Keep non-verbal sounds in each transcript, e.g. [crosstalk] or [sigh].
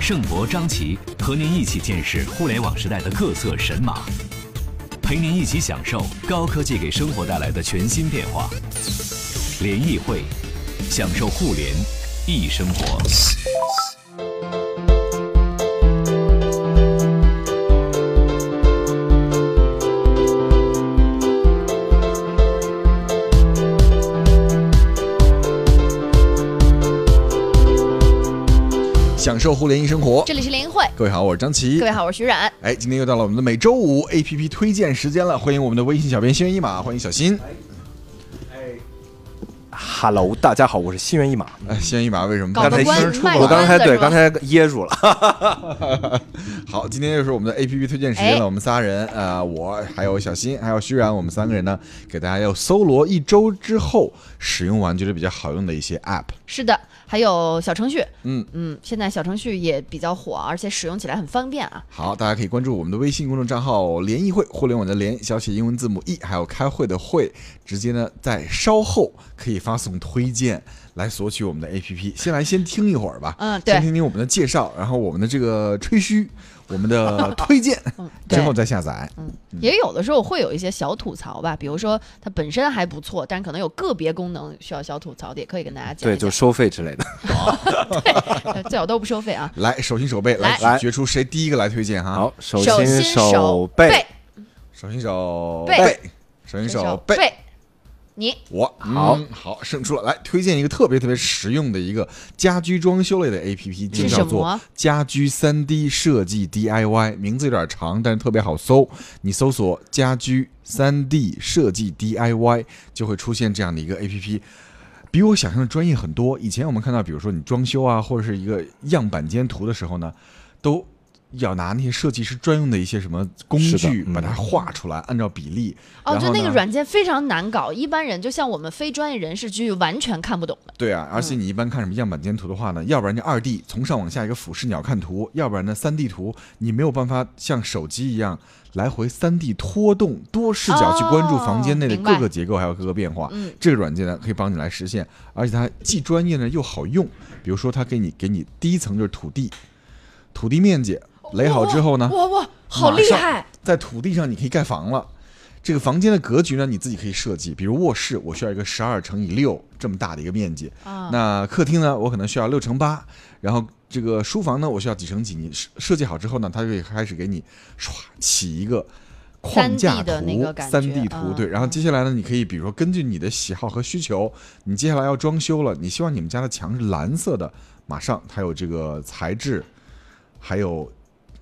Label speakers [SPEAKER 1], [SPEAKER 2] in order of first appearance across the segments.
[SPEAKER 1] 盛博、张琪和您一起见识互联网时代的各色神马，陪您一起享受高科技给生活带来的全新变化。联谊会，享受互联易生活。
[SPEAKER 2] 享受互联易生活。
[SPEAKER 3] 这里是联谊会，
[SPEAKER 2] 各位好，我是张琪
[SPEAKER 3] 各。位好，我是徐冉。
[SPEAKER 2] 哎，今天又到了我们的每周五 A P P 推荐时间了，欢迎我们的微信小编心猿意马，欢迎小新。
[SPEAKER 3] 哎
[SPEAKER 4] Hello，大家好，我是心猿意马。
[SPEAKER 2] 哎，心猿意马为什么？
[SPEAKER 3] 搞得
[SPEAKER 2] 刚才
[SPEAKER 3] 哦关
[SPEAKER 2] 心儿出
[SPEAKER 3] 卖
[SPEAKER 2] 我
[SPEAKER 4] 我
[SPEAKER 2] 刚
[SPEAKER 3] 关
[SPEAKER 4] 刚才
[SPEAKER 3] 了
[SPEAKER 4] 对
[SPEAKER 3] 是吧
[SPEAKER 4] 刚才噎住
[SPEAKER 3] [laughs]
[SPEAKER 4] 了，
[SPEAKER 2] [laughs] 好，今天又是我们的 A P P 推荐时间
[SPEAKER 3] 哎
[SPEAKER 2] 了，我们仨人，呃，我还有小新，还有徐然，我们三个人呢，给大家要搜罗一周之后使用完觉得比较好用的一些 App。
[SPEAKER 3] 是的，还有小程序，
[SPEAKER 2] 嗯
[SPEAKER 3] 嗯，现在小程序也比较火，而且使用起来很方便啊。
[SPEAKER 2] 好，大家可以关注我们的微信公众账号“联谊会”，互联网的联，小写英文字母 e，还有开会的会，直接呢在稍后可以发送推荐来索取我们的 APP。先来先听一会儿吧，
[SPEAKER 3] 嗯对
[SPEAKER 2] 先听听我们的介绍，然后我们的这个吹嘘，我们
[SPEAKER 3] [laughs]
[SPEAKER 2] 的推荐，
[SPEAKER 3] 嗯对嗯
[SPEAKER 2] 之后再下载。
[SPEAKER 3] 也有的时候会有一些小吐槽吧，比如说它本身还不错，但可能有个别功能需要小吐槽的，也可以跟大家讲
[SPEAKER 4] 对，
[SPEAKER 3] 一
[SPEAKER 4] 就
[SPEAKER 3] 讲。
[SPEAKER 4] 收费之类的。
[SPEAKER 3] 呃最好都不收费
[SPEAKER 2] [laughs]
[SPEAKER 3] 啊。
[SPEAKER 2] 来，手心手背来
[SPEAKER 4] 来
[SPEAKER 2] 决出谁第一个来推荐哈。，
[SPEAKER 4] 好，手
[SPEAKER 3] 手
[SPEAKER 4] 心
[SPEAKER 3] 手
[SPEAKER 4] 背，
[SPEAKER 2] 手心手
[SPEAKER 3] 背
[SPEAKER 2] 背，手心
[SPEAKER 3] 手
[SPEAKER 2] 手背，
[SPEAKER 3] 背，你
[SPEAKER 2] 我
[SPEAKER 4] 好
[SPEAKER 2] 嗯好胜出了。来推荐一个特别特别实用的一个家居装修类的 A P P，就是叫
[SPEAKER 3] 什
[SPEAKER 2] 做
[SPEAKER 3] 么？
[SPEAKER 2] 家居三 D 设计 D I Y，名字有点长，但是特别好搜。你搜索“家居三 D 设计 D I Y”，就会出现这样的一个 A P P。比我想象的专业很多。以前我们看到，比如说你装修啊，或者是一个样板间图的时候呢，都要拿那些设计师专用的一些什么工
[SPEAKER 4] 是的
[SPEAKER 2] 具
[SPEAKER 4] 嗯
[SPEAKER 2] 把它画出来，按照比例。
[SPEAKER 3] 哦，
[SPEAKER 2] 然
[SPEAKER 3] 就
[SPEAKER 2] 后
[SPEAKER 3] 那个
[SPEAKER 2] 呢
[SPEAKER 3] 软件非常难搞，一般人就像我们非专业人士去完全看不懂的。嗯
[SPEAKER 2] 对啊，而且你一般看什么样板间图的话呢，要不然就二 D 从上往下一个俯视鸟瞰图，要不然呢三 D 图，你没有办法像手机一样来回三 D 拖动，多视角去关注房间内的
[SPEAKER 3] 哦明白
[SPEAKER 2] 各个结构还有各个变化。
[SPEAKER 3] 嗯
[SPEAKER 2] 这个软件呢可以帮你来实现，而且它既专业呢又好用。比如说，它给你给你第一层就是土地，土地面积垒好之后呢，
[SPEAKER 3] 哇哇，好
[SPEAKER 2] 马
[SPEAKER 3] 厉
[SPEAKER 2] 上
[SPEAKER 3] 害！啊
[SPEAKER 2] 在土地上你可以盖房了。这个房间的格局呢，你自己可以设计，比如卧室，我需要一个十二乘以六这么大的一个面积。
[SPEAKER 3] 啊
[SPEAKER 2] 那客厅呢，我可能需要六乘八，然后这个书房呢，我需要几乘几。你设设计好之后呢，它就可以开始给你唰起一个框架
[SPEAKER 3] 3D
[SPEAKER 2] 图
[SPEAKER 3] 的那个感觉
[SPEAKER 2] 三 D 图
[SPEAKER 3] 嗯
[SPEAKER 2] 对。然后接下来呢，你可以比如说根据你的喜好和需求，你接下来要装修了，你希望你们家的墙是蓝色的，马上它有这个材质，还有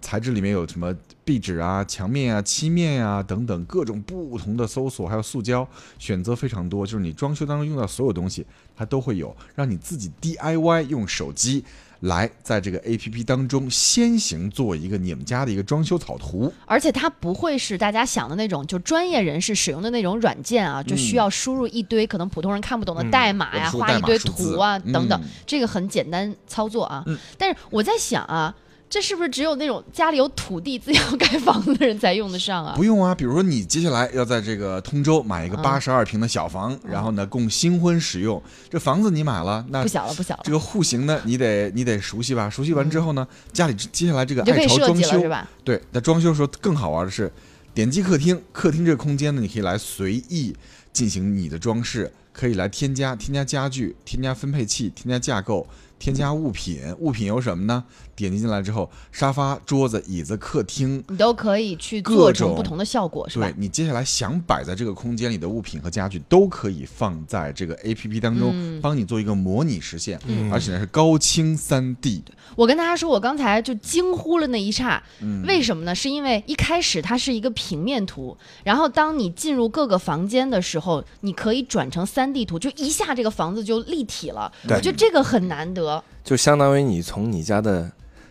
[SPEAKER 2] 材质里面有什么壁纸啊、墙面啊、漆面啊等等各种不同的搜索，还有塑胶选择非常多，就是你装修当中用到所有东西，它都会有，让你自己 DIY 用手机来在这个 APP 当中先行做一个你们家的一个装修草图。
[SPEAKER 3] 而且它不会是大家想的那种，就专业人士使用的那种软件啊，就需要输入一堆可能普通人看不懂的代码呀、
[SPEAKER 2] 嗯
[SPEAKER 3] 画一堆图啊
[SPEAKER 2] 文书代码数字
[SPEAKER 3] 等等
[SPEAKER 2] 嗯，
[SPEAKER 3] 这个很简单操作啊。但是我在想啊，这是不是只有那种家里有土地自己要盖房子的人才用得上啊
[SPEAKER 2] 不？用啊，比如说你接下来要在这个通州买
[SPEAKER 3] 嗯
[SPEAKER 2] 一个八十二平的小房，然后呢供新婚使用，这房子你买了，那
[SPEAKER 3] 不小了，不小了
[SPEAKER 2] 这，个户型呢，你得你得熟悉吧？熟悉完之后呢，家里接下来这个
[SPEAKER 3] 嗯你就可
[SPEAKER 2] 爱
[SPEAKER 3] 以
[SPEAKER 2] 巢
[SPEAKER 3] 设
[SPEAKER 2] 装
[SPEAKER 3] 计了
[SPEAKER 2] 修
[SPEAKER 3] 是，吧？
[SPEAKER 2] 对，那装修的时候更好玩的是，点击客厅，客厅这个空间呢，你可以来随意进行你的装饰，可以来添加添加家具、添加分配器、添加架构、添加物品。物品有什么呢？点击进来之后，沙发、桌子、椅子、客厅。
[SPEAKER 3] 你都可以去
[SPEAKER 2] 各
[SPEAKER 3] 做成
[SPEAKER 2] 种
[SPEAKER 3] 不同的效果是吧
[SPEAKER 2] 对？你接下来想摆在这个空间里的物品和家具，都可以放在这个 A P P 当中，
[SPEAKER 3] 嗯
[SPEAKER 2] 帮你做一个模拟实现，而且呢是高清三 D。
[SPEAKER 3] 我跟大家说，我刚才就惊呼了那一刹，为什么呢？是因为一开始它是一个平面图，然后当你进入各个房间的时候，你可以转成三 D 图，就一下这个房子就立体了。
[SPEAKER 4] 对
[SPEAKER 3] 我觉得这个很难得，格，
[SPEAKER 4] 就相当于你从你家的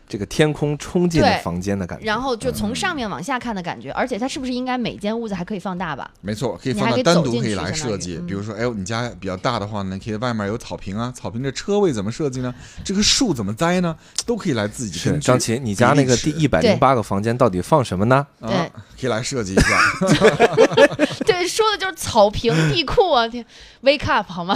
[SPEAKER 4] 这个天空冲进
[SPEAKER 3] 对
[SPEAKER 4] 房间的感觉。
[SPEAKER 3] 然后就从上面往下看的感觉。而且它是不是应该每间屋子还可以放大吧？
[SPEAKER 2] 没错，可以
[SPEAKER 3] 你
[SPEAKER 2] 放
[SPEAKER 3] 还
[SPEAKER 2] 到
[SPEAKER 3] 可以
[SPEAKER 2] 单
[SPEAKER 3] 走
[SPEAKER 2] 独
[SPEAKER 3] 进
[SPEAKER 2] 可以
[SPEAKER 3] 去
[SPEAKER 2] 来
[SPEAKER 3] 相当
[SPEAKER 2] 设
[SPEAKER 3] 于
[SPEAKER 2] 计，
[SPEAKER 3] 嗯
[SPEAKER 2] 比如说，哎呦，你家比较大的话呢，可以外面有草坪啊，草坪这车位怎么设计呢？这个树怎么栽呢？都可以来自己
[SPEAKER 4] 是
[SPEAKER 2] 根据
[SPEAKER 4] 张琪，你家那个
[SPEAKER 2] 比
[SPEAKER 4] 第
[SPEAKER 2] 例
[SPEAKER 4] 一百零八个房间到底放什么呢？
[SPEAKER 2] 尺啊， [laughs] 可以来设计一
[SPEAKER 3] [laughs]
[SPEAKER 2] 下。
[SPEAKER 3] 对，说的就是草坪、地库啊！天，wake up 好吗？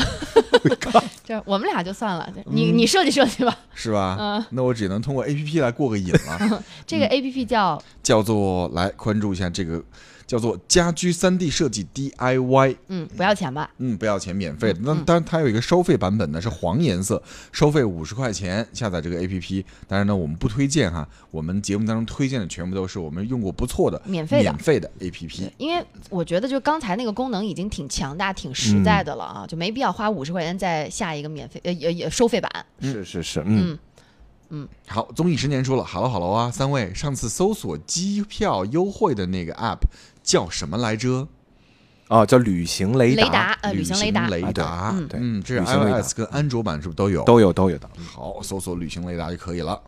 [SPEAKER 3] 这我们俩 [laughs] 就算了，你你设计设计吧。
[SPEAKER 2] 是吧？
[SPEAKER 3] 嗯
[SPEAKER 2] 那我只能通过 A P P 来过个瘾
[SPEAKER 3] [laughs]
[SPEAKER 2] 了，
[SPEAKER 3] 这个 A P P 叫
[SPEAKER 2] 叫做来关注一下这个叫做家居三 D 设计 D I Y，
[SPEAKER 3] 嗯，不要钱吧？
[SPEAKER 2] 嗯，不要钱，免费的。那当然它有一个收费版本呢，是黄颜色，收费五十块钱下载这个 A P P。当然呢，我们不推荐哈，我们节目当中推荐的全部都是我们用过不错的
[SPEAKER 3] 免费的
[SPEAKER 2] 免费的 A P P。
[SPEAKER 3] 因为我觉得就刚才那个功能已经挺强大、挺实在的了啊，就没必要花五十块钱再下一个免费呃也也收费版。
[SPEAKER 4] 是是是，嗯，
[SPEAKER 2] 好，综艺十年说了，Hello Hello 啊，三位上次搜索机票优惠的那个 App 叫什么来着？
[SPEAKER 4] 哦，叫旅行雷
[SPEAKER 3] 雷
[SPEAKER 4] 达，
[SPEAKER 3] 达呃，旅行雷达，
[SPEAKER 2] 雷达
[SPEAKER 4] 啊，对对
[SPEAKER 2] 嗯，这是
[SPEAKER 4] 旅行雷达
[SPEAKER 2] iOS 跟安卓版是不是都有？
[SPEAKER 4] 都有都有的。
[SPEAKER 2] 好，搜索旅行雷达就可以了。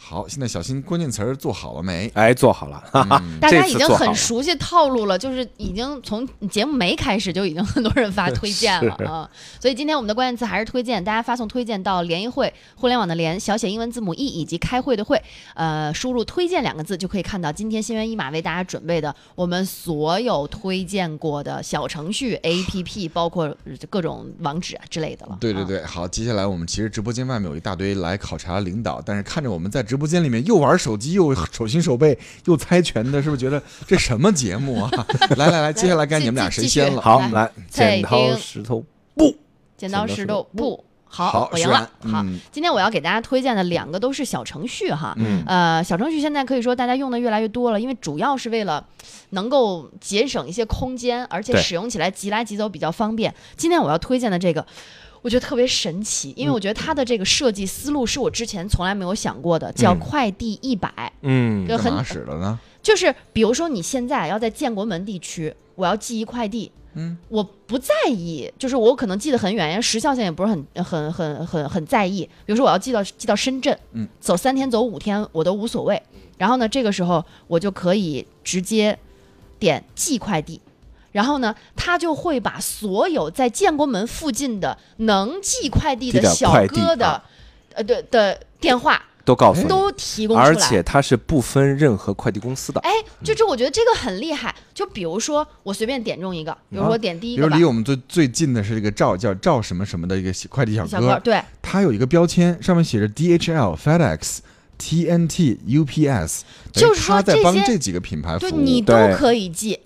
[SPEAKER 2] 好，现在小新关键词儿做好了没？
[SPEAKER 4] 哎，做好了，
[SPEAKER 3] 嗯
[SPEAKER 4] 哈哈，
[SPEAKER 3] 大家
[SPEAKER 4] 嗯这
[SPEAKER 3] 已
[SPEAKER 4] 次
[SPEAKER 3] 经
[SPEAKER 4] 做好
[SPEAKER 3] 很
[SPEAKER 4] 了
[SPEAKER 3] 熟悉套路了，就是已经从节目没开始就已经很多人发推荐
[SPEAKER 4] [laughs]
[SPEAKER 3] 了啊。所以今天我们的关键词还是推荐，大家发送推荐到联谊会互联网的联小写英文字母 e 以及开会的会，呃，输入推荐两个字就可以看到今天新源一马为大家准备的我们所有推荐过的小程序、APP，包括各种网址啊之类的了。
[SPEAKER 2] 对对
[SPEAKER 3] 啊
[SPEAKER 2] 对，好，接下来我们其实直播间外面有一大堆来考察的领导，但是看着我们在直播间里面又玩手机又手心手背又猜拳的，是不是觉得这什么节目啊？ [laughs] 来来来，接下来该你们俩谁先了？
[SPEAKER 4] [laughs] 好，我
[SPEAKER 3] 来
[SPEAKER 4] 们来
[SPEAKER 3] 蔡
[SPEAKER 4] 剪刀
[SPEAKER 3] 丁
[SPEAKER 4] 石头，
[SPEAKER 3] 剪刀
[SPEAKER 4] 剪刀
[SPEAKER 3] 石
[SPEAKER 4] 石
[SPEAKER 3] 头布。好
[SPEAKER 2] 好，
[SPEAKER 3] 我赢
[SPEAKER 2] 舒然
[SPEAKER 3] 了。好
[SPEAKER 2] 嗯，
[SPEAKER 3] 今天我要给大家推荐的两个都是小程序哈。
[SPEAKER 4] 嗯
[SPEAKER 3] 呃，小程序现在可以说大家用的越来越多了，因为主要是为了能够节省一些空间，而且
[SPEAKER 4] 对
[SPEAKER 3] 使用起来急来急走比较方便。今天我要推荐的这个。我觉得特别神奇，因为我觉得它的这个设计思路是我之前从来没有想过的，叫“快递一百”，
[SPEAKER 4] 嗯，
[SPEAKER 3] 就
[SPEAKER 2] 干
[SPEAKER 3] 很
[SPEAKER 2] 嘛使的呢？
[SPEAKER 3] 就是比如说你现在要在建国门地区，我要寄一快递，
[SPEAKER 2] 嗯，
[SPEAKER 3] 我不在意，就是我可能寄得很远，因为时效性也不是很很很很很在意。比如说我要寄到寄到深圳，
[SPEAKER 2] 嗯，
[SPEAKER 3] 走三天走五天我都无所谓。
[SPEAKER 4] 嗯
[SPEAKER 3] 然后呢，这个时候我就可以直接点寄快递。然后呢，他就会把所有在建国门附近的能寄快递的
[SPEAKER 4] 寄的
[SPEAKER 3] 小
[SPEAKER 4] 快递
[SPEAKER 3] 哥的，
[SPEAKER 4] 啊
[SPEAKER 3] 呃，对的电话
[SPEAKER 4] 都告诉你，
[SPEAKER 3] 都提供出来，
[SPEAKER 4] 而且它是不分任何快递公司的，
[SPEAKER 3] 哎，
[SPEAKER 2] 嗯
[SPEAKER 3] 就这，我觉得这个很厉害。就比如说，我随便点中一个，比如说点第
[SPEAKER 2] 啊比
[SPEAKER 3] 一
[SPEAKER 2] 如
[SPEAKER 3] 个吧，
[SPEAKER 2] 离我们最最近的是这个赵叫赵什么什么的一个快递小
[SPEAKER 3] 小
[SPEAKER 2] 哥
[SPEAKER 3] 哥，，对，
[SPEAKER 2] 它有一个标签，上面写着 DHL、FedEx、TNT、UPS，
[SPEAKER 3] 就
[SPEAKER 2] 等于它
[SPEAKER 3] 是说
[SPEAKER 2] 在帮
[SPEAKER 3] 这些
[SPEAKER 2] 这几个品牌服
[SPEAKER 3] 就
[SPEAKER 2] 务。
[SPEAKER 3] 你都
[SPEAKER 4] 对
[SPEAKER 3] 可以寄。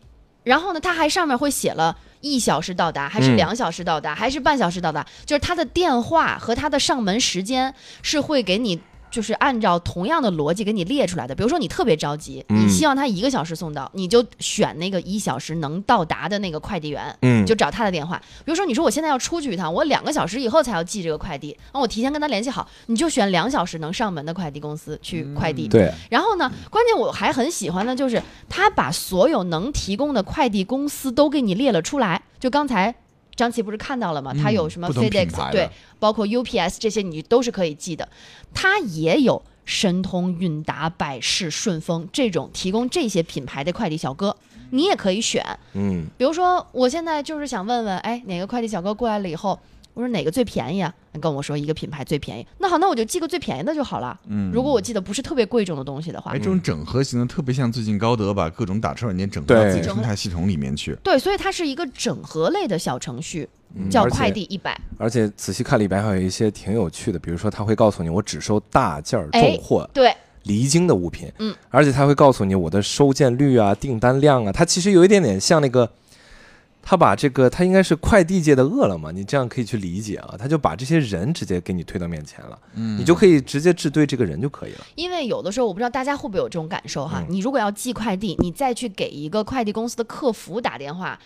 [SPEAKER 3] 然后呢，它还上面会写了一小时到达，还是
[SPEAKER 4] 嗯
[SPEAKER 3] 两小时到达，还是半小时到达，就是它的电话和它的上门时间是会给你。就是按照同样的逻辑给你列出来的，比如说你特别着急，你
[SPEAKER 4] 嗯
[SPEAKER 3] 希望他一个小时送到，你就选那个一小时能到达的那个快递员，
[SPEAKER 4] 嗯
[SPEAKER 3] 就找他的电话。比如说你说我现在要出去一趟，我两个小时以后才要寄这个快递，那我提前跟他联系好，你就选两小时能上门的快递公司去快递。
[SPEAKER 4] 嗯对，
[SPEAKER 3] 然后呢，关键我还很喜欢的就是他把所有能提供的快递公司都给你列了出来。就刚才张琪不是看到了吗？他有什么
[SPEAKER 2] 嗯不同品
[SPEAKER 3] FedEx
[SPEAKER 2] 牌的
[SPEAKER 3] 对，包括 UPS 这些你都是可以寄的。他也有申通、韵达、百世、顺丰这种提供这些品牌的快递小哥，你也可以选。
[SPEAKER 4] 嗯，
[SPEAKER 3] 比如说，我现在就是想问问，哎，哪个快递小哥过来了以后，我说哪个最便宜啊？你跟我说一个品牌最便宜，那好，那我就寄个最便宜的就好了。嗯，如果我寄的不是特别贵重的东西的话
[SPEAKER 2] 哎，，这种整合型的特别像最近高德把各种打车软件整合到自己
[SPEAKER 4] 对
[SPEAKER 2] 生态系统里面去。
[SPEAKER 3] 对，所以它是一个整合类的小程序，叫
[SPEAKER 4] 而且
[SPEAKER 3] 快递一百。
[SPEAKER 4] 而且仔细看里边还有一些挺有趣的，比如说他会告诉你，我只收大件儿
[SPEAKER 3] 哎
[SPEAKER 4] 重货、
[SPEAKER 3] 对，
[SPEAKER 4] 离经的物品，
[SPEAKER 3] 嗯，
[SPEAKER 4] 而且他会告诉你我的收件率啊、订单量啊，它其实有一点点像那个，他把这个他应该是快递界的饿了么，你这样可以去理解啊，他就把这些人直接给你推到面前了，嗯，你就可以直接治对这个人就可以了，
[SPEAKER 3] 因为有的时候我不知道大家会不会有这种感受哈，你如果要寄快递，你再去给一个快递公司的客服打电话。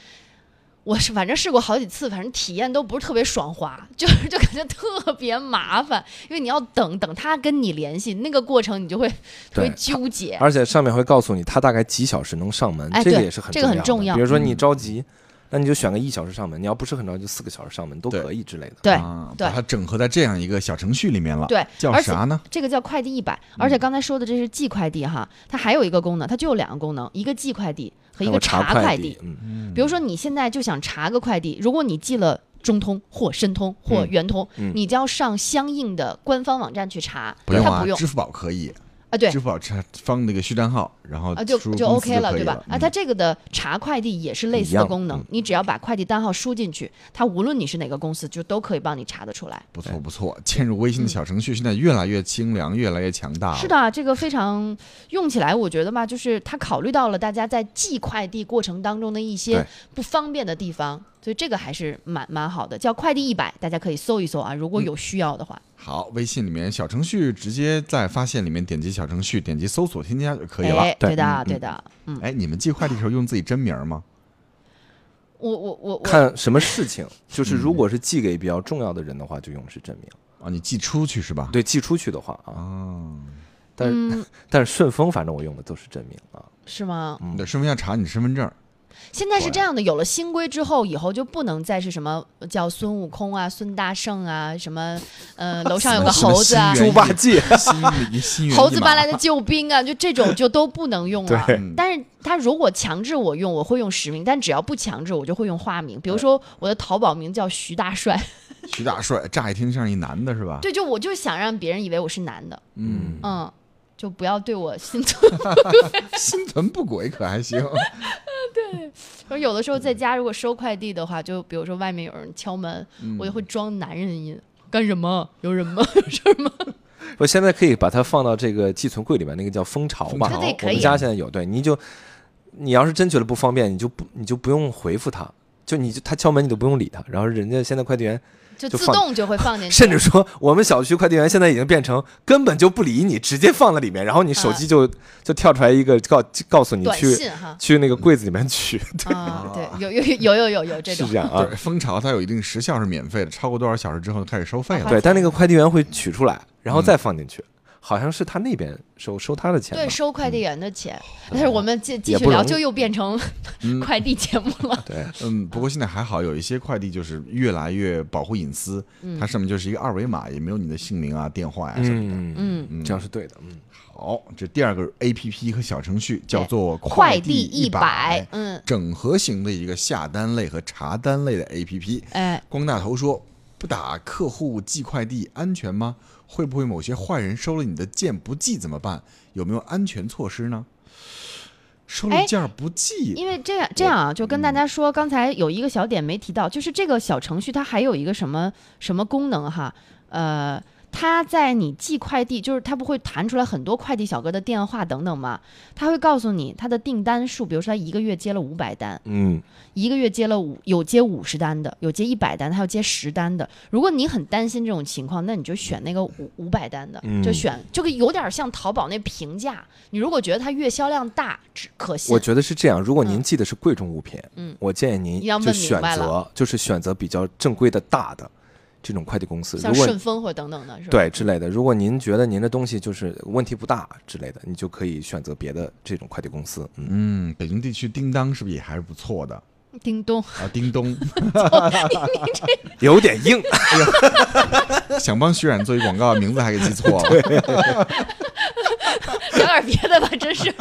[SPEAKER 3] 我是反正试过好几次，反正体验都不是特别爽滑，就是就感觉特别麻烦，因为你要等等他跟你联系，那个过程你就会特别
[SPEAKER 4] 对
[SPEAKER 3] 纠结。
[SPEAKER 4] 而且上面会告诉你他大概几小时能上门，
[SPEAKER 3] 哎
[SPEAKER 4] 这个
[SPEAKER 3] 对
[SPEAKER 4] 也是很
[SPEAKER 3] 这个很
[SPEAKER 4] 要的
[SPEAKER 3] 重要
[SPEAKER 4] 比如说你着急。那你就选个一小时上门，你要不是很着急，就四个小时上门都
[SPEAKER 2] 对
[SPEAKER 4] 可以之类的。
[SPEAKER 3] 对
[SPEAKER 2] 啊，
[SPEAKER 3] 哎对
[SPEAKER 2] 把它整合在这样一个小程序里面了。
[SPEAKER 3] 对
[SPEAKER 2] 叫
[SPEAKER 3] 而且
[SPEAKER 2] 啥呢？
[SPEAKER 3] 这个叫快递一百，而且刚才说的这是寄快递哈，它还有一个功能，它就有两个功能，一个寄快递和一
[SPEAKER 4] 还
[SPEAKER 3] 个
[SPEAKER 4] 有
[SPEAKER 3] 查
[SPEAKER 4] 查
[SPEAKER 3] 快
[SPEAKER 4] 递
[SPEAKER 3] 递。，
[SPEAKER 4] 嗯，
[SPEAKER 3] 比如说你现在就想查个快递，如果你寄了。中通或申通或
[SPEAKER 4] 嗯
[SPEAKER 3] 圆通，
[SPEAKER 4] 嗯
[SPEAKER 3] 你就要上相应的官方网站去查，
[SPEAKER 2] 不用
[SPEAKER 3] 它
[SPEAKER 2] 啊
[SPEAKER 3] 不，用
[SPEAKER 2] 支付宝可以，
[SPEAKER 3] 啊，对
[SPEAKER 2] 支付宝查放那个序账号，然后
[SPEAKER 3] 啊，就
[SPEAKER 2] 输入
[SPEAKER 3] 就
[SPEAKER 2] 公司
[SPEAKER 3] OK 了，
[SPEAKER 2] 可以
[SPEAKER 3] 对吧
[SPEAKER 2] 了？
[SPEAKER 3] 啊，
[SPEAKER 2] 嗯
[SPEAKER 3] 它这个的查快递也是类似
[SPEAKER 4] 一
[SPEAKER 3] 的
[SPEAKER 4] 样
[SPEAKER 3] 功能
[SPEAKER 4] 嗯，
[SPEAKER 3] 你只要把快递单号输进去，它无论你是哪个公司，就都可以帮你查得出来。
[SPEAKER 2] 不错不错，嵌入微信的小程序现在越来越精良，越来越强大了。
[SPEAKER 3] 是，的，这个非常用起来，我觉得吧，就是它考虑到了大家在寄快递过程当中的一些
[SPEAKER 4] 对
[SPEAKER 3] 不方便的地方，所以这个还是蛮蛮好的，叫快递一百，大家可以搜一搜啊，如
[SPEAKER 2] 嗯
[SPEAKER 3] 果有需要的话。
[SPEAKER 2] 好，微信里面小程序直接在发现里面点击小程序，点击搜索添加就可以了。
[SPEAKER 3] 哎，
[SPEAKER 4] 对
[SPEAKER 3] 对的
[SPEAKER 4] 嗯，
[SPEAKER 3] 对的，嗯，
[SPEAKER 2] 哎，你们寄快递的时候用自己真名吗？
[SPEAKER 3] 我我我我
[SPEAKER 4] 看什么事
[SPEAKER 3] [laughs]
[SPEAKER 4] 情，就是如果是寄给比较重要的人的话，就用的是真名。
[SPEAKER 3] 嗯
[SPEAKER 2] 啊，你寄出去是吧？
[SPEAKER 4] 对，寄出去的话啊，
[SPEAKER 2] 啊，
[SPEAKER 4] 但是、
[SPEAKER 3] 嗯
[SPEAKER 4] [laughs] 但是顺丰反正我用的都是真名啊。
[SPEAKER 3] 是吗？
[SPEAKER 4] 嗯
[SPEAKER 2] 对，顺便要查你身份证。
[SPEAKER 3] 现在是
[SPEAKER 4] 对
[SPEAKER 3] 这样的，有了新规之后，以后就不能再是什么叫孙悟空啊、孙大圣啊，什么呃楼上有个猴子啊
[SPEAKER 2] 什、么
[SPEAKER 4] 猪八戒，
[SPEAKER 2] 心里心猿意马
[SPEAKER 3] [laughs] 猴子搬来的救兵啊，就这
[SPEAKER 4] [laughs]
[SPEAKER 3] 种就都不能用了。
[SPEAKER 4] 对
[SPEAKER 3] 但是他如果强制我用，我会用实名；但只要不强制，我就会用化名。比如说我的淘宝名叫徐大帅， [laughs]
[SPEAKER 2] 徐大帅，乍一听像是一男的是吧？
[SPEAKER 3] 对，就我就想让别人以为我是男的，
[SPEAKER 2] 嗯，
[SPEAKER 3] 嗯，就不要对我心存。
[SPEAKER 2] 心存不轨可还行？
[SPEAKER 3] 说有的时候
[SPEAKER 4] 嗯
[SPEAKER 3] 在家如果收快递的话，就比如说外面有人敲门，
[SPEAKER 4] 嗯
[SPEAKER 3] 我就会装男人音，干什么？有人
[SPEAKER 4] [laughs]
[SPEAKER 3] 吗？
[SPEAKER 4] 我现在可以把它放到这个寄存柜里面，那个叫蜂巢
[SPEAKER 3] 蜂
[SPEAKER 4] 吧。
[SPEAKER 3] 巢对嗯可
[SPEAKER 4] 我
[SPEAKER 3] 以啊
[SPEAKER 4] 们家现在有，对，你就你要是真觉得不方便，你就不你就不用回复他，就你就他敲门你都不用理他，然后人家现在快递员
[SPEAKER 3] 就
[SPEAKER 4] 就
[SPEAKER 3] 自
[SPEAKER 4] 放
[SPEAKER 3] 动就会放进去，
[SPEAKER 4] [laughs] 甚至说我们小区快递员现在已经变成根本就不理你，直接放在里面，然后你手机就、就跳出来一个告告诉你
[SPEAKER 3] 嗯短
[SPEAKER 4] 去
[SPEAKER 3] 信
[SPEAKER 4] [laughs]
[SPEAKER 3] 哈
[SPEAKER 4] 去那个柜子里面取，
[SPEAKER 3] 啊，对，有有有有有有这
[SPEAKER 4] 是
[SPEAKER 3] 种
[SPEAKER 4] 这，样啊
[SPEAKER 2] 对，。蜂巢它有一定时效是免费的，超过多少小时之后就开始收费
[SPEAKER 3] 啊
[SPEAKER 2] 了。
[SPEAKER 4] 对，但那个快递员会取出来，然后再放进去，好像是他那边收收他的钱吧。
[SPEAKER 3] 对，收快递员的钱。但是我们继继
[SPEAKER 4] 也
[SPEAKER 3] 续
[SPEAKER 4] 不
[SPEAKER 3] 聊，
[SPEAKER 4] 容易嗯
[SPEAKER 3] 就又变成 [laughs] 快递节目
[SPEAKER 4] [laughs]
[SPEAKER 3] 了。
[SPEAKER 4] 对
[SPEAKER 2] 嗯，不过现在还好，有一些快递就是越来越保护隐私，它上面就是一个二维码，也没有你的姓名啊、电话呀、什么。
[SPEAKER 4] 嗯
[SPEAKER 3] 嗯，
[SPEAKER 4] 这样是对的，嗯，
[SPEAKER 2] 好，这第二个 A P P 和小程序叫做
[SPEAKER 3] 快
[SPEAKER 2] 递
[SPEAKER 3] 一
[SPEAKER 4] 哎
[SPEAKER 2] 百，
[SPEAKER 3] 嗯，
[SPEAKER 2] 整合型的一个下单类和查单类的 A P P。
[SPEAKER 3] 哎，
[SPEAKER 2] 光大头说：“不打客户寄快递安全吗？会不会某些坏人收了你的件不寄怎么办？有没有安全措施呢？”收了
[SPEAKER 3] 哎
[SPEAKER 2] 件儿不寄，
[SPEAKER 3] 因为这样这样啊，就跟大家说，刚才有一个小点没提到，就是这个小程序它还有一个什么什么功能哈，呃。它在你寄快递，就是它不会弹出来很多快递小哥的电话等等嘛？它会告诉你他的订单数，比如说他一个月接了五百单，
[SPEAKER 4] 嗯，
[SPEAKER 3] 一个月接了五，有接五十单的，有接一百单的，还有接十单的。如果你很担心这种情况，那你就选那个五五百单的，
[SPEAKER 4] 嗯
[SPEAKER 3] 就选这个有点像淘宝那评价。你如果觉得它月销量大，只可信
[SPEAKER 4] 我。觉得是这样。如果您
[SPEAKER 3] 嗯
[SPEAKER 4] 寄的是贵重物品，
[SPEAKER 3] 嗯，
[SPEAKER 4] 我建议您
[SPEAKER 3] 一定要
[SPEAKER 4] 就
[SPEAKER 3] 问明
[SPEAKER 4] 选
[SPEAKER 3] 白
[SPEAKER 4] 择就是选择比较正规的大的这种快递公司。
[SPEAKER 3] 像
[SPEAKER 4] 如果
[SPEAKER 3] 顺丰或等等的是吧？，
[SPEAKER 4] 对之类的，如果您觉得您的东西就是问题不大之类的，你就可以选择别的这种快递公司。嗯，
[SPEAKER 2] 嗯，北京地区叮当是不是也还是不错的
[SPEAKER 3] 叮咚，
[SPEAKER 2] 啊？叮咚， [laughs]
[SPEAKER 4] 有点硬，啊
[SPEAKER 2] 想帮徐冉做一广告，名字还给记错
[SPEAKER 4] [laughs]
[SPEAKER 2] 了。
[SPEAKER 3] 聊点别的吧，真
[SPEAKER 4] [laughs]
[SPEAKER 3] 是。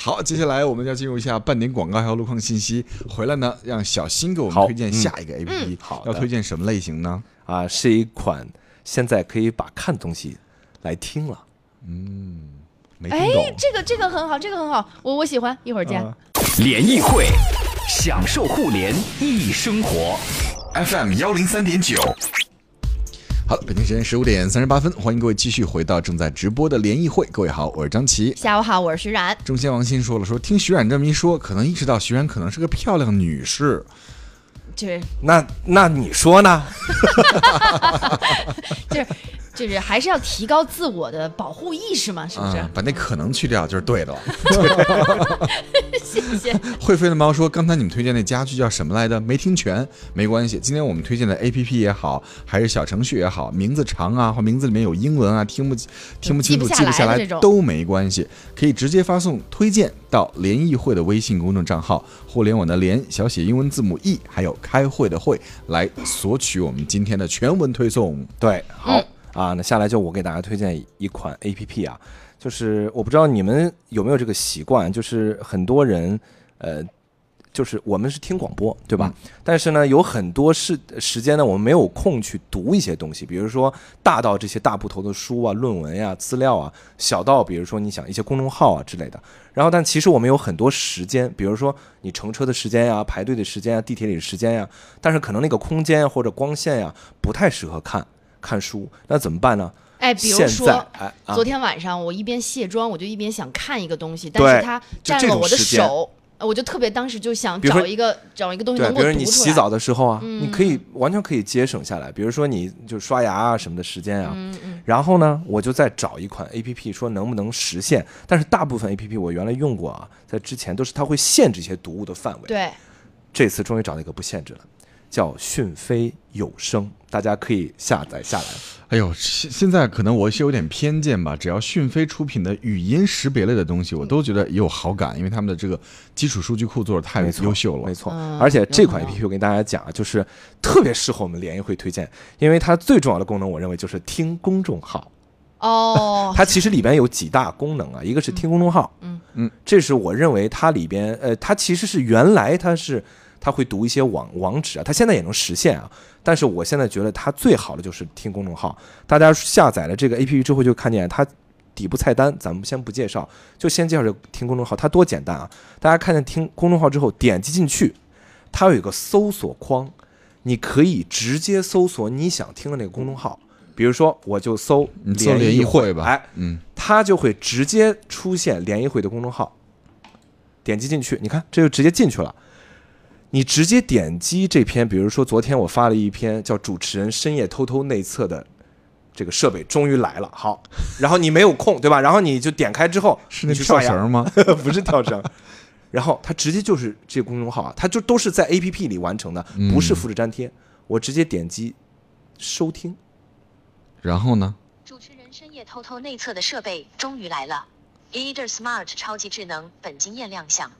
[SPEAKER 2] 好，接下来我们要进入一下半点广告还有路况信息。回来呢，让小新给我们
[SPEAKER 4] 好
[SPEAKER 2] 推荐
[SPEAKER 4] 嗯
[SPEAKER 2] 下一个 APP。
[SPEAKER 4] 好
[SPEAKER 2] 要
[SPEAKER 4] 的
[SPEAKER 2] 推荐什么类型呢？
[SPEAKER 4] [laughs] 啊，是一款现在可以把看东西来听了。
[SPEAKER 2] 没听
[SPEAKER 3] 哎
[SPEAKER 2] 懂，。
[SPEAKER 3] 这个这个很好，这个很好，我我喜欢，一会儿见。
[SPEAKER 4] 嗯
[SPEAKER 1] 联谊会，享受互联易生活。
[SPEAKER 2] FM 幺零三点九。好的，北京时间十五点三十八分，欢迎各位继续回到正在直播的联谊会。各位好，我是张琪。
[SPEAKER 3] 下午好，我是徐冉。
[SPEAKER 2] 中仙王鑫说了，说听徐冉这么一说，可能意识到徐冉可能是个漂亮女士。
[SPEAKER 3] 就是
[SPEAKER 4] 那那你说呢？
[SPEAKER 3] 就是就是还是要提高自我的保护意识嘛，是不是？
[SPEAKER 4] 嗯
[SPEAKER 2] 啊，把那可能去掉就是对的了。
[SPEAKER 3] [laughs] 谢谢。
[SPEAKER 2] 会飞的猫说：“刚才你们推荐那家具叫什么来着？没听全，没关系。今天我们推荐的 A P P 也好，还是小程序也好，名字长啊，或名字里面有英文啊，听不听不清楚、
[SPEAKER 3] 记不
[SPEAKER 2] 记
[SPEAKER 3] 下来
[SPEAKER 2] 不下来
[SPEAKER 3] 这种
[SPEAKER 2] 都没关系，可以直接发送推荐到联谊会的微信公众账号‘互联网的联’小写英文字母 e，还有开会的会来索取我们今天的全文推送。
[SPEAKER 4] 对，好、
[SPEAKER 3] 嗯
[SPEAKER 4] 啊，那下来就我给大家推荐一款 A P P 啊，就是我不知道你们有没有这个习惯，就是很多人呃，就是我们是听广播对吧？但是呢，有很多是时间呢，我们没有空去读一些东西，比如说大到这些大部头的书啊、论文呀、资料啊，小到比如说你想一些公众号啊之类的。然后，但其实我们有很多时间，比如说你乘车的时间呀、排队的时间呀、地铁里的时间呀，但是可能那个空间呀或者光线呀不太适合看看书，那怎么办呢？
[SPEAKER 3] 哎，比如
[SPEAKER 4] 现在
[SPEAKER 3] 说，
[SPEAKER 4] 哎啊
[SPEAKER 3] 昨，天晚上我一边卸妆，我就一边想看一个东西，但是它
[SPEAKER 4] 就
[SPEAKER 3] 占
[SPEAKER 4] 这
[SPEAKER 3] 了
[SPEAKER 4] 种
[SPEAKER 3] 我的
[SPEAKER 4] 时间
[SPEAKER 3] 手，呃我就特别当时就想
[SPEAKER 4] 比如说
[SPEAKER 3] 找一个找一个东西
[SPEAKER 4] 对，
[SPEAKER 3] 能
[SPEAKER 4] 比
[SPEAKER 3] 够
[SPEAKER 4] 如
[SPEAKER 3] 读出来。嗯
[SPEAKER 4] 说你洗澡的时候啊，你可以完全可以节省下来，比如说你就刷牙啊什么的时间啊，
[SPEAKER 3] 嗯
[SPEAKER 4] 然后呢，我就再找一款 A P P 说能不能实现，但是大部分 A P P 我原来用过啊，在之前都是它会限制一些读物的范围，
[SPEAKER 3] 对，
[SPEAKER 4] [laughs] 这次终于找到一个不限制了，叫讯飞有声，大家可以下载下来。
[SPEAKER 2] 哎呦，现现在可能我是有点偏见吧，只要讯飞出品的语音识别类的东
[SPEAKER 4] 嗯
[SPEAKER 2] 西，我都觉得也有好感，因为他们的这个基础数据库做的太
[SPEAKER 4] 没错，
[SPEAKER 2] 优秀了
[SPEAKER 4] 没。错。
[SPEAKER 3] 嗯
[SPEAKER 4] 而且这款
[SPEAKER 3] 有可
[SPEAKER 4] APP 我跟大家讲啊，就是特别适合我们联谊会推荐，因为它最重要的功能，我认为就是听公众号。
[SPEAKER 3] 哦，
[SPEAKER 4] 它其实里边有几大功能啊，一个是听公众号，
[SPEAKER 3] 嗯
[SPEAKER 4] 嗯，这是我认为它里边，呃，它其实是原来它是它会读一些网网址啊，它现在也能实现啊，但是我现在觉得它最好的就是听公众号。大家下载了这个 APP 之后，就看见它底部菜单，咱们先不介绍，就先介绍这个听公众号，它多简单啊！大家看见听公众号之后，点击进去，它有一个搜索框，你可以直接搜索你想听的那个公众号。比如说，我就搜
[SPEAKER 2] 你搜
[SPEAKER 4] 联
[SPEAKER 2] 联
[SPEAKER 4] 谊
[SPEAKER 2] 谊
[SPEAKER 4] 会
[SPEAKER 2] 会吧
[SPEAKER 4] 哎，
[SPEAKER 2] 嗯，
[SPEAKER 4] 它就会直接出现联谊会的公众号，点击进去，你看这就直接进去了。你直接点击这篇，比如说昨天我发了一篇叫《主持人深夜偷偷内测》的这个设备终于来了，好，然后你没有空对吧？然后你就点开之后
[SPEAKER 2] 是那
[SPEAKER 4] 你去
[SPEAKER 2] 跳
[SPEAKER 4] 刷牙
[SPEAKER 2] 绳吗？
[SPEAKER 4] [laughs] 不是跳绳。然后它直接就是这个公众号啊，它就都是在 APP 里完成的，
[SPEAKER 2] 嗯
[SPEAKER 4] 不是复制粘贴。我直接点击收听，
[SPEAKER 2] 然后呢？
[SPEAKER 5] 主持人深夜偷偷内测的设备终于来了，Eater Smart 超级智能本经验亮相。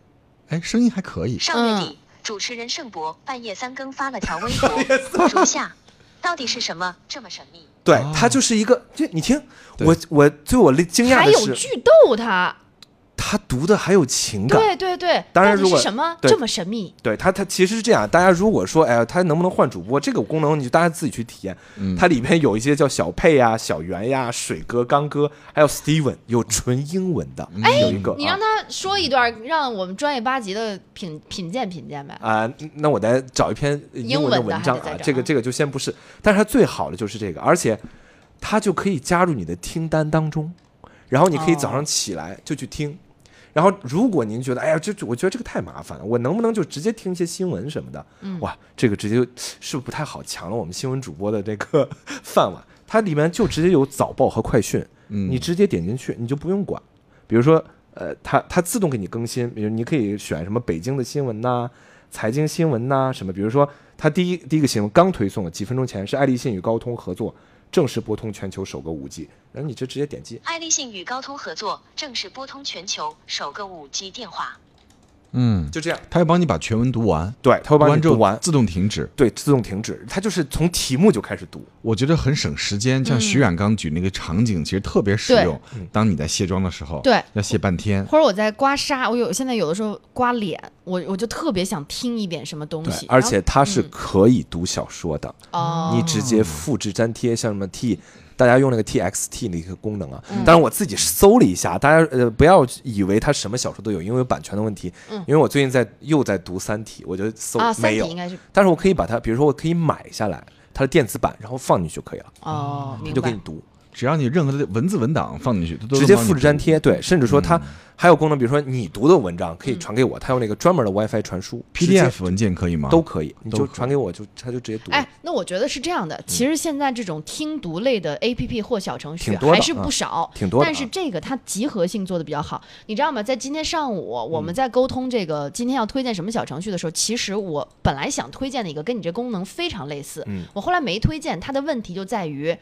[SPEAKER 2] 哎，声音还可以。
[SPEAKER 5] 上月底，主持人盛博半夜三更发了条微博，如下：到底是什么这么神秘？
[SPEAKER 4] 对，
[SPEAKER 2] 哦
[SPEAKER 4] 它就是一个，就你听，
[SPEAKER 2] 对
[SPEAKER 4] 我我最我惊讶
[SPEAKER 3] 还
[SPEAKER 4] 的
[SPEAKER 3] 有
[SPEAKER 4] 是，
[SPEAKER 3] 剧斗它，
[SPEAKER 4] 他读的还有情感。
[SPEAKER 3] 对对对，
[SPEAKER 4] 当然
[SPEAKER 3] 到底
[SPEAKER 4] 如果
[SPEAKER 3] 是什么
[SPEAKER 4] 对
[SPEAKER 3] 这么神秘？
[SPEAKER 4] 对它，它其实是这样。大家如果说，哎呀，它能不能换主播这个功能，你就大家自己去体验。它里面有一些叫小佩呀、小圆呀、水哥、刚哥，还有 Steven，有纯英文的，有一个。
[SPEAKER 3] 哎你
[SPEAKER 4] 啊
[SPEAKER 3] 让他说一段，让我们专业八级的品品鉴品鉴呗。
[SPEAKER 4] 啊、那我再找一篇英文的文
[SPEAKER 3] 英
[SPEAKER 4] 章
[SPEAKER 3] 文的还得
[SPEAKER 4] 啊
[SPEAKER 3] 再，找
[SPEAKER 4] 这个这个就先不是，但是它最好的就是这个，而且它就可以加入你的听单当中，然后你可以早上起来就去听，然后如果您觉得哎呀，这这我觉得这个太麻烦了，我能不能就直接听一些新闻什么的？哇，这个直接就是不是不太好，抢了我们新闻主播的这个饭碗。它里面就直接有早报和快讯，你直接点进去，你就不用管。比如说，呃，它它自动给你更新，比如你可以选什么北京的新闻呐、财经新闻呐、什么。比如说，它第一第一个新闻刚推送的，几分钟前是爱立信与高通合作正式拨通全球首个五 G，然后你就直接点击，
[SPEAKER 5] 爱立信与高通合作，正式拨通全球首个 5G 电话。
[SPEAKER 2] 嗯，
[SPEAKER 4] 就这样，
[SPEAKER 2] 他要帮你把全文读完，
[SPEAKER 4] 对，它会帮你
[SPEAKER 2] 之
[SPEAKER 4] 读
[SPEAKER 2] 后
[SPEAKER 4] 完，
[SPEAKER 2] 自动停止。
[SPEAKER 4] 对，自动停止，它就是从题目就开始读。
[SPEAKER 2] 我觉得很省时间，
[SPEAKER 4] 嗯
[SPEAKER 2] 像徐远刚举那个场景，其实特别实用。当你在卸妆的时候，
[SPEAKER 3] 对
[SPEAKER 2] 要卸半天。
[SPEAKER 3] 或者我在刮痧，我有现在有的时候刮脸，我我就特别想听一遍什么东
[SPEAKER 4] 对
[SPEAKER 3] 西，，
[SPEAKER 4] 而且它是可以读小说的，
[SPEAKER 3] 然后
[SPEAKER 4] 你
[SPEAKER 3] 哦，
[SPEAKER 4] 直接复制粘贴，像什么 T，大家用那个 TXT 的一个功能啊。
[SPEAKER 3] 嗯
[SPEAKER 4] 当然我自己搜了一下，大家呃不要以为它什么小说都有，因为有版权的问题。因为我最近在又在读《三体》，我就搜
[SPEAKER 3] 嗯啊，三
[SPEAKER 4] 没
[SPEAKER 3] 体
[SPEAKER 4] 有
[SPEAKER 3] 应，该是
[SPEAKER 4] 但是我可以把它，比如说我可以买下来它的电子版，然后放进去就可以了，
[SPEAKER 3] 哦，
[SPEAKER 4] 它
[SPEAKER 3] 明
[SPEAKER 4] 嗯就给
[SPEAKER 3] 白
[SPEAKER 4] 你。读。
[SPEAKER 2] 只要你任何的文字文档放进去，它都
[SPEAKER 4] 直
[SPEAKER 2] 能
[SPEAKER 4] 接
[SPEAKER 2] 帮你
[SPEAKER 4] 复制粘贴，对，甚至说它
[SPEAKER 2] 嗯
[SPEAKER 4] 还有功能，比如说你读的文章可以
[SPEAKER 3] 嗯
[SPEAKER 4] 传给我，它有那个专门的 WiFi 传输直接
[SPEAKER 2] PDF 文件可以吗？
[SPEAKER 4] 都可以，你
[SPEAKER 2] 啊都
[SPEAKER 4] 就
[SPEAKER 2] 可以
[SPEAKER 4] 传给我就它就直接读。
[SPEAKER 3] 哎，那我觉得是这样
[SPEAKER 4] 嗯
[SPEAKER 3] 的，其实现在这种听读类的 A P P 或小程序
[SPEAKER 4] 挺多的
[SPEAKER 3] 还是不少，
[SPEAKER 4] 挺多的啊
[SPEAKER 3] 但是这个它集合性做的比较好，你知道吗？在今天上午我
[SPEAKER 4] 嗯
[SPEAKER 3] 们在沟通这个今天要推荐什么小程序的时候，其实我本来想推荐的一个跟你这功能非常类似，
[SPEAKER 4] 嗯
[SPEAKER 3] 我后来没推荐，它的问题就在于。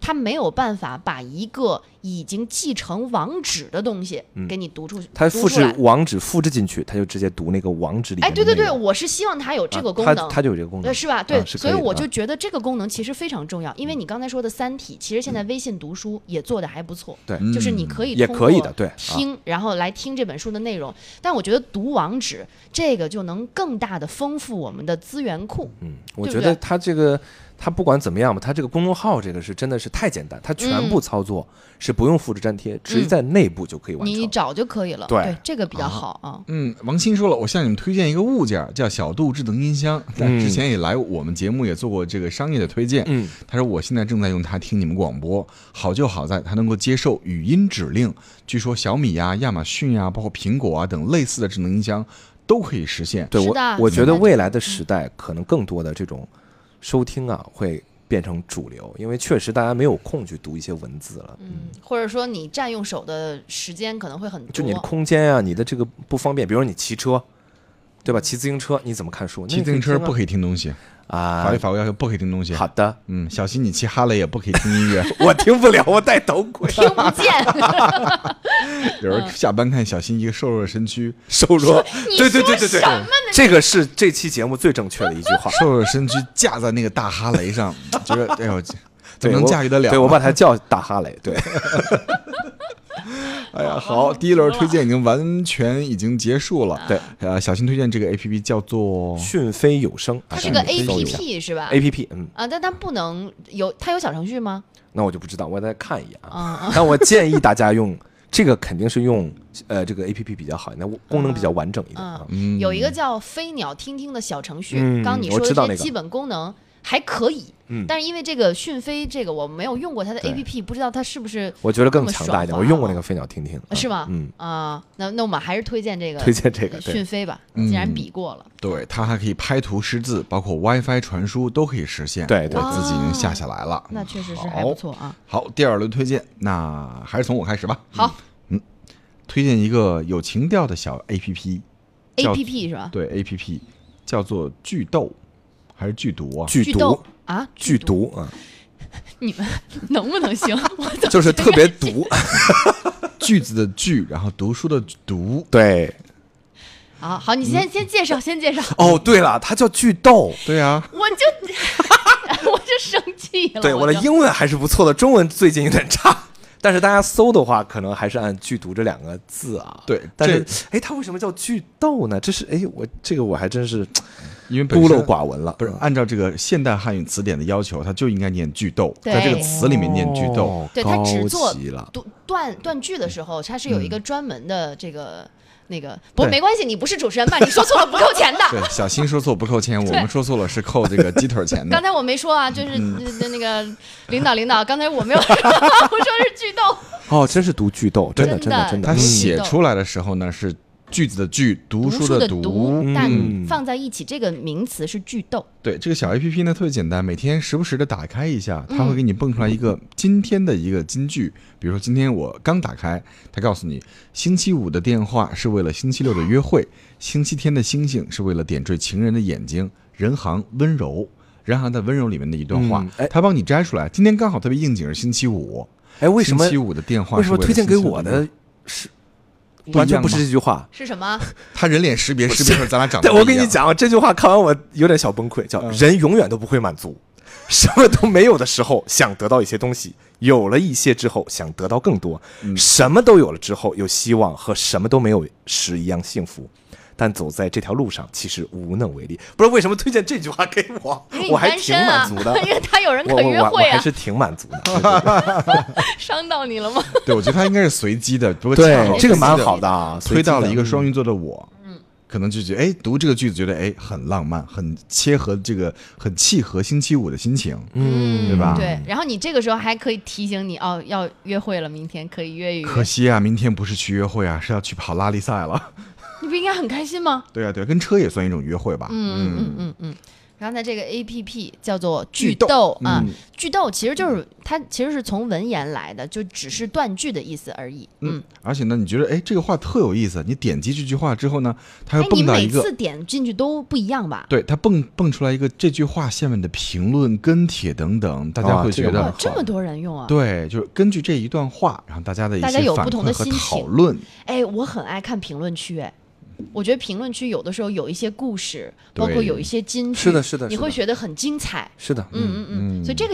[SPEAKER 3] 它没有办法把一个已经继承网址的东西
[SPEAKER 4] 嗯
[SPEAKER 3] 给你读出去，
[SPEAKER 4] 它
[SPEAKER 3] 读
[SPEAKER 4] 复
[SPEAKER 3] 出
[SPEAKER 4] 制
[SPEAKER 3] 来。
[SPEAKER 4] 网址复制进去，它就直接读那个网址里
[SPEAKER 3] 哎，
[SPEAKER 4] 面的
[SPEAKER 3] 对对对，
[SPEAKER 4] 内容
[SPEAKER 3] 我是希望它有这个
[SPEAKER 4] 啊
[SPEAKER 3] 功
[SPEAKER 4] 它
[SPEAKER 3] 能，
[SPEAKER 4] 它就有这个功
[SPEAKER 3] 呃，
[SPEAKER 4] 能。
[SPEAKER 3] 是吧？对，
[SPEAKER 4] 是
[SPEAKER 3] 所
[SPEAKER 4] 可以的
[SPEAKER 3] 我
[SPEAKER 4] 啊嗯
[SPEAKER 3] 就觉得这个功能其实非常重要，因为你刚才说的《三体》，其实现在微信读书也做的还不错，
[SPEAKER 4] 对
[SPEAKER 2] 嗯
[SPEAKER 3] 就是你可以
[SPEAKER 4] 也
[SPEAKER 3] 通
[SPEAKER 4] 可以
[SPEAKER 3] 过
[SPEAKER 4] 的对啊
[SPEAKER 3] 听，然后来听这本书的内容。但我觉得读网址这个就能更大的丰富我们的资源库。
[SPEAKER 4] 嗯，我
[SPEAKER 3] 对
[SPEAKER 4] 觉
[SPEAKER 3] 不
[SPEAKER 4] 得
[SPEAKER 3] 对
[SPEAKER 4] 它这个它不管怎么样吧，它这个公众号这个是真的是太简单，它全
[SPEAKER 3] 嗯
[SPEAKER 4] 部操作是不用复制粘贴，直接在内部就可以完
[SPEAKER 3] 你
[SPEAKER 4] 成。
[SPEAKER 3] 找就可以了，
[SPEAKER 4] 对
[SPEAKER 3] 这个比较好啊。
[SPEAKER 2] 嗯，王鑫说了，我向你们推荐一个物件儿，叫小度智能音箱。
[SPEAKER 4] 嗯
[SPEAKER 2] 之前也来我们节目也做过这个商业的推荐。
[SPEAKER 4] 嗯，
[SPEAKER 2] 他说我现在正在用它听你们广播，好就好在它能够接受语音指令。据说小米呀、亚马逊呀、包括苹果啊等类似的智能音箱都可以实现。
[SPEAKER 4] 对
[SPEAKER 3] 是
[SPEAKER 4] 我
[SPEAKER 3] 的嗯
[SPEAKER 4] 我觉
[SPEAKER 3] 现在
[SPEAKER 4] 得
[SPEAKER 3] 这
[SPEAKER 4] 未来的时代可能更多的这种收听啊会变成主流，因为确实大家没有空去读一些文字了。
[SPEAKER 3] 嗯，或者说你占用手的时间可能会很多，
[SPEAKER 4] 就你的空间啊，你的这个不方便，比如说你骑车，对吧？骑自行车你怎么看书？
[SPEAKER 2] 骑自行车不可
[SPEAKER 4] 以
[SPEAKER 2] 以听东西，法
[SPEAKER 4] 啊
[SPEAKER 2] 律。法规要求不可以听东西。
[SPEAKER 4] 好，的，
[SPEAKER 2] 嗯，小心你骑哈雷也不可以听音乐。
[SPEAKER 4] [laughs] 我听不了，我戴头盔，
[SPEAKER 3] 听不
[SPEAKER 4] [laughs]
[SPEAKER 3] 见。
[SPEAKER 2] 有时候下班看小新一个瘦弱的身躯，[laughs]
[SPEAKER 4] 瘦弱。
[SPEAKER 3] 你
[SPEAKER 4] 对对
[SPEAKER 3] 说
[SPEAKER 4] 对对对
[SPEAKER 3] 什么呢，
[SPEAKER 4] 这个是这期节目最正确的一句话。
[SPEAKER 2] 瘦弱的身躯架在那个大哈雷
[SPEAKER 4] [laughs]
[SPEAKER 2] 上，觉得哎呦，怎
[SPEAKER 4] 对，
[SPEAKER 2] 么能
[SPEAKER 4] 我
[SPEAKER 2] 驾驭得了？啊
[SPEAKER 4] 对我把它叫大哈雷。对，
[SPEAKER 2] 哎呀，好，第一轮推荐已经完全已经结束了。
[SPEAKER 4] 对，
[SPEAKER 2] 呃，小新推荐这个 A P P 叫做
[SPEAKER 4] 讯飞有声，
[SPEAKER 3] 它
[SPEAKER 4] 啊
[SPEAKER 3] 是个
[SPEAKER 4] 大家可
[SPEAKER 3] A
[SPEAKER 4] 以搜
[SPEAKER 3] P
[SPEAKER 4] 一下
[SPEAKER 3] P 是吧
[SPEAKER 4] A P P，嗯，
[SPEAKER 3] 啊，但它不能有，它有小程序吗？
[SPEAKER 4] 那我就不知道，我再看一眼啊。
[SPEAKER 3] 啊、嗯。
[SPEAKER 4] 但我建议大家用这个，肯定是用呃这个 A P P 比较好，那功能比较完整一点啊。
[SPEAKER 3] 嗯，有一个叫飞鸟听听的小程序，
[SPEAKER 4] 嗯
[SPEAKER 3] 刚刚你
[SPEAKER 4] 我
[SPEAKER 3] 说的
[SPEAKER 4] 知道
[SPEAKER 3] 这
[SPEAKER 4] 那
[SPEAKER 3] 些
[SPEAKER 4] 个
[SPEAKER 3] 基本功能还可以，
[SPEAKER 4] 嗯
[SPEAKER 3] 但是因为这个讯飞这个我没有用过它的
[SPEAKER 4] 对
[SPEAKER 3] APP，不知道它是不是
[SPEAKER 4] 我觉得更
[SPEAKER 3] 那么
[SPEAKER 4] 强大一点，
[SPEAKER 3] 爽
[SPEAKER 4] 我
[SPEAKER 3] 快
[SPEAKER 4] 用过
[SPEAKER 3] 啊
[SPEAKER 4] 那个飞鸟听听，啊
[SPEAKER 3] 是吗？
[SPEAKER 4] 嗯，
[SPEAKER 3] 啊、那那我们还是推荐这个
[SPEAKER 4] 推荐这个，对嗯
[SPEAKER 3] 讯，飞吧，既然比过了，
[SPEAKER 2] 对，它还可以拍图识字，包括 WiFi 传输都可以实现。
[SPEAKER 4] 对对
[SPEAKER 2] 我自己已经下下来了。
[SPEAKER 3] 那确实是还不错啊。
[SPEAKER 2] 好，第二轮推荐，那还是从我开始吧。嗯
[SPEAKER 3] 好
[SPEAKER 2] 推荐一个有情调的小 A P P，叫
[SPEAKER 3] ，APP 是吧？
[SPEAKER 2] 对 A P P 叫做剧斗，还是剧毒啊？
[SPEAKER 4] 剧
[SPEAKER 3] 剧
[SPEAKER 4] 毒
[SPEAKER 3] 斗，啊，
[SPEAKER 4] 剧
[SPEAKER 3] 毒，[laughs]
[SPEAKER 4] 毒啊，
[SPEAKER 3] 你们能不能
[SPEAKER 4] [laughs]
[SPEAKER 3] 行？我怎么
[SPEAKER 4] 就是特别毒， [laughs]
[SPEAKER 2] 句子的句，然后读书的读。
[SPEAKER 4] 对。
[SPEAKER 3] 好啊好，你
[SPEAKER 4] 嗯
[SPEAKER 3] 先先介绍，先介绍，
[SPEAKER 4] 哦，对了，它叫剧斗。
[SPEAKER 2] 对啊，
[SPEAKER 3] 我就
[SPEAKER 4] [laughs]
[SPEAKER 3] 我就 [laughs] 生气了。
[SPEAKER 4] 对，我
[SPEAKER 3] 我
[SPEAKER 4] 的
[SPEAKER 3] 就
[SPEAKER 4] 英文还是不错的，中文最近有点差。但是大家搜的话，可能还是按“剧毒”这两个字啊。
[SPEAKER 2] 对
[SPEAKER 4] 但
[SPEAKER 2] 这
[SPEAKER 4] 是哎，它为什么叫剧斗呢？这是哎，我这个我还真是
[SPEAKER 2] 因为本
[SPEAKER 4] 孤
[SPEAKER 2] 身
[SPEAKER 4] 陋寡闻了。
[SPEAKER 2] 不是
[SPEAKER 4] 嗯
[SPEAKER 2] 按照这个现代汉语词典的要求，它就应该念句斗，在这个
[SPEAKER 3] 对
[SPEAKER 2] 词里面念句斗。
[SPEAKER 4] 哦
[SPEAKER 3] 对他只
[SPEAKER 4] 高
[SPEAKER 3] 做
[SPEAKER 4] 级了。嗯
[SPEAKER 3] 断断断句的时候，它是有一个专门的这个那个，不过没关系，你不是主持人吧？你说错了不扣
[SPEAKER 4] [laughs]
[SPEAKER 3] 钱
[SPEAKER 2] 对
[SPEAKER 3] 的。，
[SPEAKER 2] 小新说错不扣
[SPEAKER 3] [laughs]
[SPEAKER 2] 钱，我们说错了是扣这个鸡腿钱的。
[SPEAKER 3] 刚才我没说啊，就是
[SPEAKER 4] 嗯
[SPEAKER 3] 那那个领导领导，刚才我没有，我说 [laughs] 是剧斗，
[SPEAKER 4] 哦，真是读剧斗，真的
[SPEAKER 3] 真
[SPEAKER 4] 真
[SPEAKER 3] 的
[SPEAKER 4] 的真的。
[SPEAKER 2] 他
[SPEAKER 4] 嗯
[SPEAKER 2] 写出来的时候呢，是句子的句，读书的
[SPEAKER 3] 读，但
[SPEAKER 4] 嗯
[SPEAKER 3] 放在一起这个名词是剧斗。
[SPEAKER 2] 对，这个小 A P P 呢特别简单，每天时不时的打开一下，它
[SPEAKER 4] 嗯
[SPEAKER 2] 会给你蹦出来一个今天的一个金句。比如说今天我刚打开，它告诉你，星期五的电话是为了星期六的约
[SPEAKER 4] [laughs]
[SPEAKER 2] 会，星期天的星星是为了点缀情人的眼睛，人行温柔。人行在温柔里面的一段话
[SPEAKER 4] 嗯，哎
[SPEAKER 2] 它帮你摘出来。今天刚好特别应景是星期五，
[SPEAKER 4] 哎，为什么
[SPEAKER 2] 星期五的电话
[SPEAKER 4] 为
[SPEAKER 2] 是
[SPEAKER 4] 什么
[SPEAKER 2] 了
[SPEAKER 4] 推荐给
[SPEAKER 2] 星期六
[SPEAKER 4] 我
[SPEAKER 2] 约会
[SPEAKER 4] 的是
[SPEAKER 2] 不一样
[SPEAKER 4] 完全不是
[SPEAKER 2] 吗
[SPEAKER 4] 这句
[SPEAKER 3] [laughs]
[SPEAKER 4] 话？
[SPEAKER 3] 是什么？
[SPEAKER 2] 他人脸识别识别出来咱俩
[SPEAKER 4] [laughs]
[SPEAKER 2] 长得
[SPEAKER 4] 但
[SPEAKER 2] 不一样
[SPEAKER 4] 我跟你，讲，啊这句话看完我有点小崩溃，叫“人永远都不会满足”，什么都没有的时候想得到一些东西，有了一些之后想得到更多，什么都有了之后有希望和什么都没有时一样幸福。但走在这条路上，其实无能为力。不知道为什么推荐这句话给我
[SPEAKER 3] 因为，你
[SPEAKER 4] 我还
[SPEAKER 3] 单
[SPEAKER 4] 挺
[SPEAKER 3] 身啊。
[SPEAKER 4] 满足的，
[SPEAKER 3] 因为他有 [laughs] 人可
[SPEAKER 4] 我我
[SPEAKER 3] 约
[SPEAKER 4] 我我
[SPEAKER 3] 会
[SPEAKER 4] 还
[SPEAKER 3] 啊，
[SPEAKER 4] 是挺满足的，对对对
[SPEAKER 3] 伤到你了吗？
[SPEAKER 2] 对我觉得他应该是随机的，不过恰好
[SPEAKER 4] 对这个蛮好的啊，
[SPEAKER 2] 推到了一个
[SPEAKER 4] 随机的
[SPEAKER 2] 双鱼座的我，嗯，可能就觉得哎，读这个句子觉得哎很浪漫，很切合这个，很契合星期五的心情。
[SPEAKER 4] 嗯，
[SPEAKER 2] 对吧
[SPEAKER 3] 对，然后你这个时候还可以提醒你哦，要约会了，明天可以约一约。
[SPEAKER 2] 可惜啊，明天不是去约会啊，是要去跑拉力赛了。 [laughs]
[SPEAKER 3] 你不应该很开心吗？
[SPEAKER 2] 对啊，对啊，跟车也算一种约会吧。
[SPEAKER 3] 嗯嗯嗯嗯。然后呢，这个 A P P 叫做
[SPEAKER 2] 剧
[SPEAKER 3] 剧斗
[SPEAKER 2] 斗
[SPEAKER 3] 啊
[SPEAKER 2] 嗯，
[SPEAKER 3] 剧斗其实就是它其实是从文言来的，就只是断句的意思而已。嗯，
[SPEAKER 2] 而且呢，你觉得哎这个话特有意思，你点击这句话之后呢，它
[SPEAKER 3] 哎
[SPEAKER 2] 会，
[SPEAKER 3] 你
[SPEAKER 2] 蹦到
[SPEAKER 3] 每
[SPEAKER 2] 一个
[SPEAKER 3] 次点进去都不一样吧？
[SPEAKER 2] 对它蹦蹦出来一个这句话下面的评论、跟帖等等，大家
[SPEAKER 4] 哇
[SPEAKER 2] 会
[SPEAKER 4] 哦这
[SPEAKER 2] 觉
[SPEAKER 4] 个
[SPEAKER 2] 得、
[SPEAKER 4] 好
[SPEAKER 3] 哇，这么多人用啊！
[SPEAKER 2] 对，就是根据这一段话，然后大家的一
[SPEAKER 3] 大家
[SPEAKER 2] 些
[SPEAKER 3] 有
[SPEAKER 2] 反
[SPEAKER 3] 不同
[SPEAKER 2] 馈
[SPEAKER 3] 的
[SPEAKER 2] 和
[SPEAKER 3] 心
[SPEAKER 2] 讨
[SPEAKER 3] 情
[SPEAKER 2] 论，
[SPEAKER 3] 哎，我很爱看评论区，哎，我觉得评论区有的时候有一些故事，包括
[SPEAKER 2] 对
[SPEAKER 3] 有一些金句，
[SPEAKER 4] 是的是的
[SPEAKER 3] 你
[SPEAKER 4] 是
[SPEAKER 3] 会
[SPEAKER 4] 的
[SPEAKER 3] 觉得很精彩。
[SPEAKER 4] 是的，
[SPEAKER 3] 嗯嗯嗯，所以这个。